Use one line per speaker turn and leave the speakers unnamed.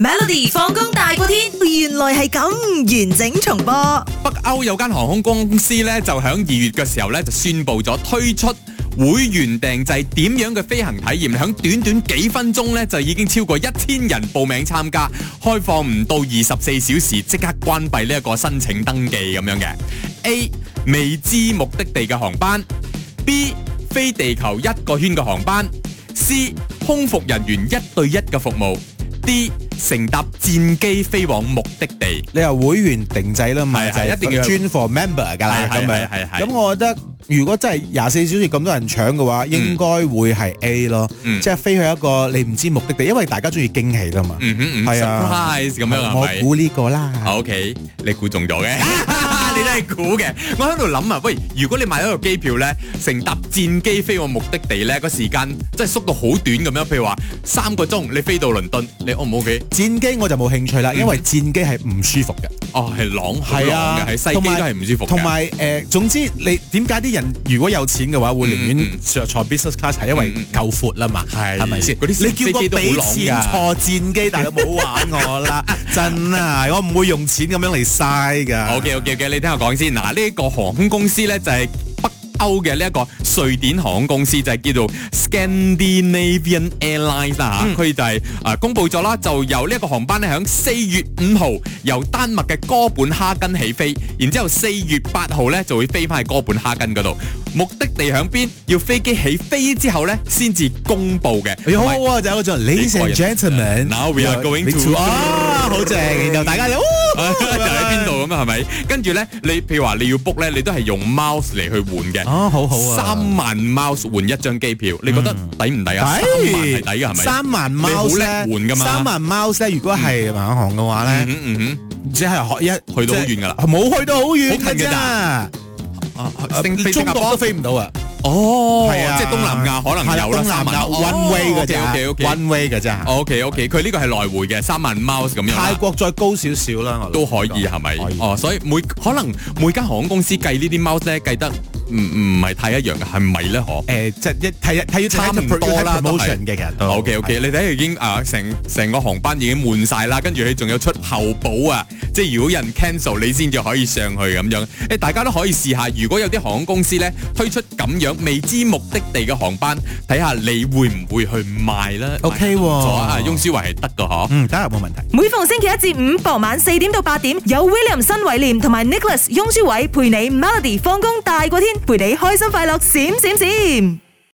Melody 放工大過天，原來係咁完整重播。
北歐有間航空公司咧，就喺二月嘅時候咧，就宣布咗推出會員訂製點樣嘅飛行體驗，喺短短幾分鐘咧，就已經超過一千人報名參加，開放唔到二十四小時即刻關閉呢一個申請登記咁樣嘅。A 未知目的地嘅航班，B 飛地球一個圈嘅航班，C 空服人員一對一嘅服務，D 乘搭戰機飛往目的地。
你話會員定制啦嘛，
係
就
係
係
一定要
專 for member 㗎啦
係係
咁
係係係
樣。咁我覺得如果真係廿四小時咁多人搶嘅話，應該會係 A 咯，
嗯
即係飛去一個你唔知目的地，因為大家中意驚喜啦嘛。
嗯哼嗯
係啊
，surprise 咁樣
我
係咪？
估呢個啦。
O K，你估中咗嘅， 你都係估嘅。我喺度諗啊，喂，如果你買咗個機票咧，乘搭戰機飛往目的地咧，個時間真係縮到好短咁樣。譬如話三個鐘，你飛到倫敦，你 O 唔 O K？
戰機我就冇興趣啦，因為戰機係唔舒服嘅。
哦，係朗係朗嘅，喺西機都係唔舒服嘅。
啊同埋誒，總之你點解啲人如果有錢嘅話，會
嗯
寧
嗯嗯
願着坐 business class 係因為夠闊啦嘛，
係
係咪先？
嗰啲小
你叫
飛機都
我
好
俾
朗
錢
㗎
坐戰機，大佬冇玩 我啦，真啊！我唔會用錢咁樣嚟嘥㗎。
好嘅，好嘅，好嘅，你聽我講先。嗱，呢一個航空公司咧就係北歐嘅呢一個瑞典航空公司，就係叫做 Scandinavian Airlines 啦嚇。佢就係啊公佈咗啦，就由呢一個航班咧響四月五號由丹麥嘅哥本哈根起飛，然之後四月八號咧就會飛翻去哥本哈根嗰度。目的地響邊？要飛機起飛之後咧先至公佈嘅。
你好 好啊，就有嗰種 ladies and gentlemen，now
Now we are going to-
啊，好正，然後 大家就哦
就喺邊度咁啊？係咪？跟住咧，你譬如話你要 book 咧，你都係用 mouse 嚟去換嘅。
哦，好好啊，
三萬 mouse 換一張機票，你覺得抵唔抵啊？三萬係抵嘅係咪？
哎三萬
你好叻
mouse 咧，
換㗎嘛
三萬 mouse 咧，如果係馬航嘅話咧。
嗯嗯
只係學一
去到好遠㗎啦
即係冇去到好遠
好近㗎嗯，
咋，
啊
啊
星飛
中
新加
國都
坡
飛唔到啊，
哦，
係啊，
即係東南亞可能有啦，
係
三
東
萬
南亞 one way 㗎咋
OK OK
，one way 㗎咋，
OK OK，佢呢個係來回嘅三萬 mouse 咁樣啦
泰國再高少少啦，我諗
都可以係咪
可以？
哦，所以每可能每間航空公司計呢啲 mouse 咧計得唔唔係太一樣嘅，係咪咧？可？
誒，即係一睇睇要
差唔多啦都係
promotion 嘅其實都
O K O K，你睇下已經啊，成成個航班已經滿晒啦，跟住佢仲有出候補啊，即係如果有人 cancel 你先至可以上去咁樣。誒，大家都可以試下，如果有啲航空公司咧推出咁樣未知目的地嘅航班，睇下你會唔會去買啦
OK 喎
咗啊，翁舒維係得㗎嗬。
嗯，得冇問題。
每逢星期一至五傍晚四點到八點，有 William 新偉廉同埋 Nicholas 雍舒偉陪你 Melody 放工大過天，陪你開心快樂閃閃閃。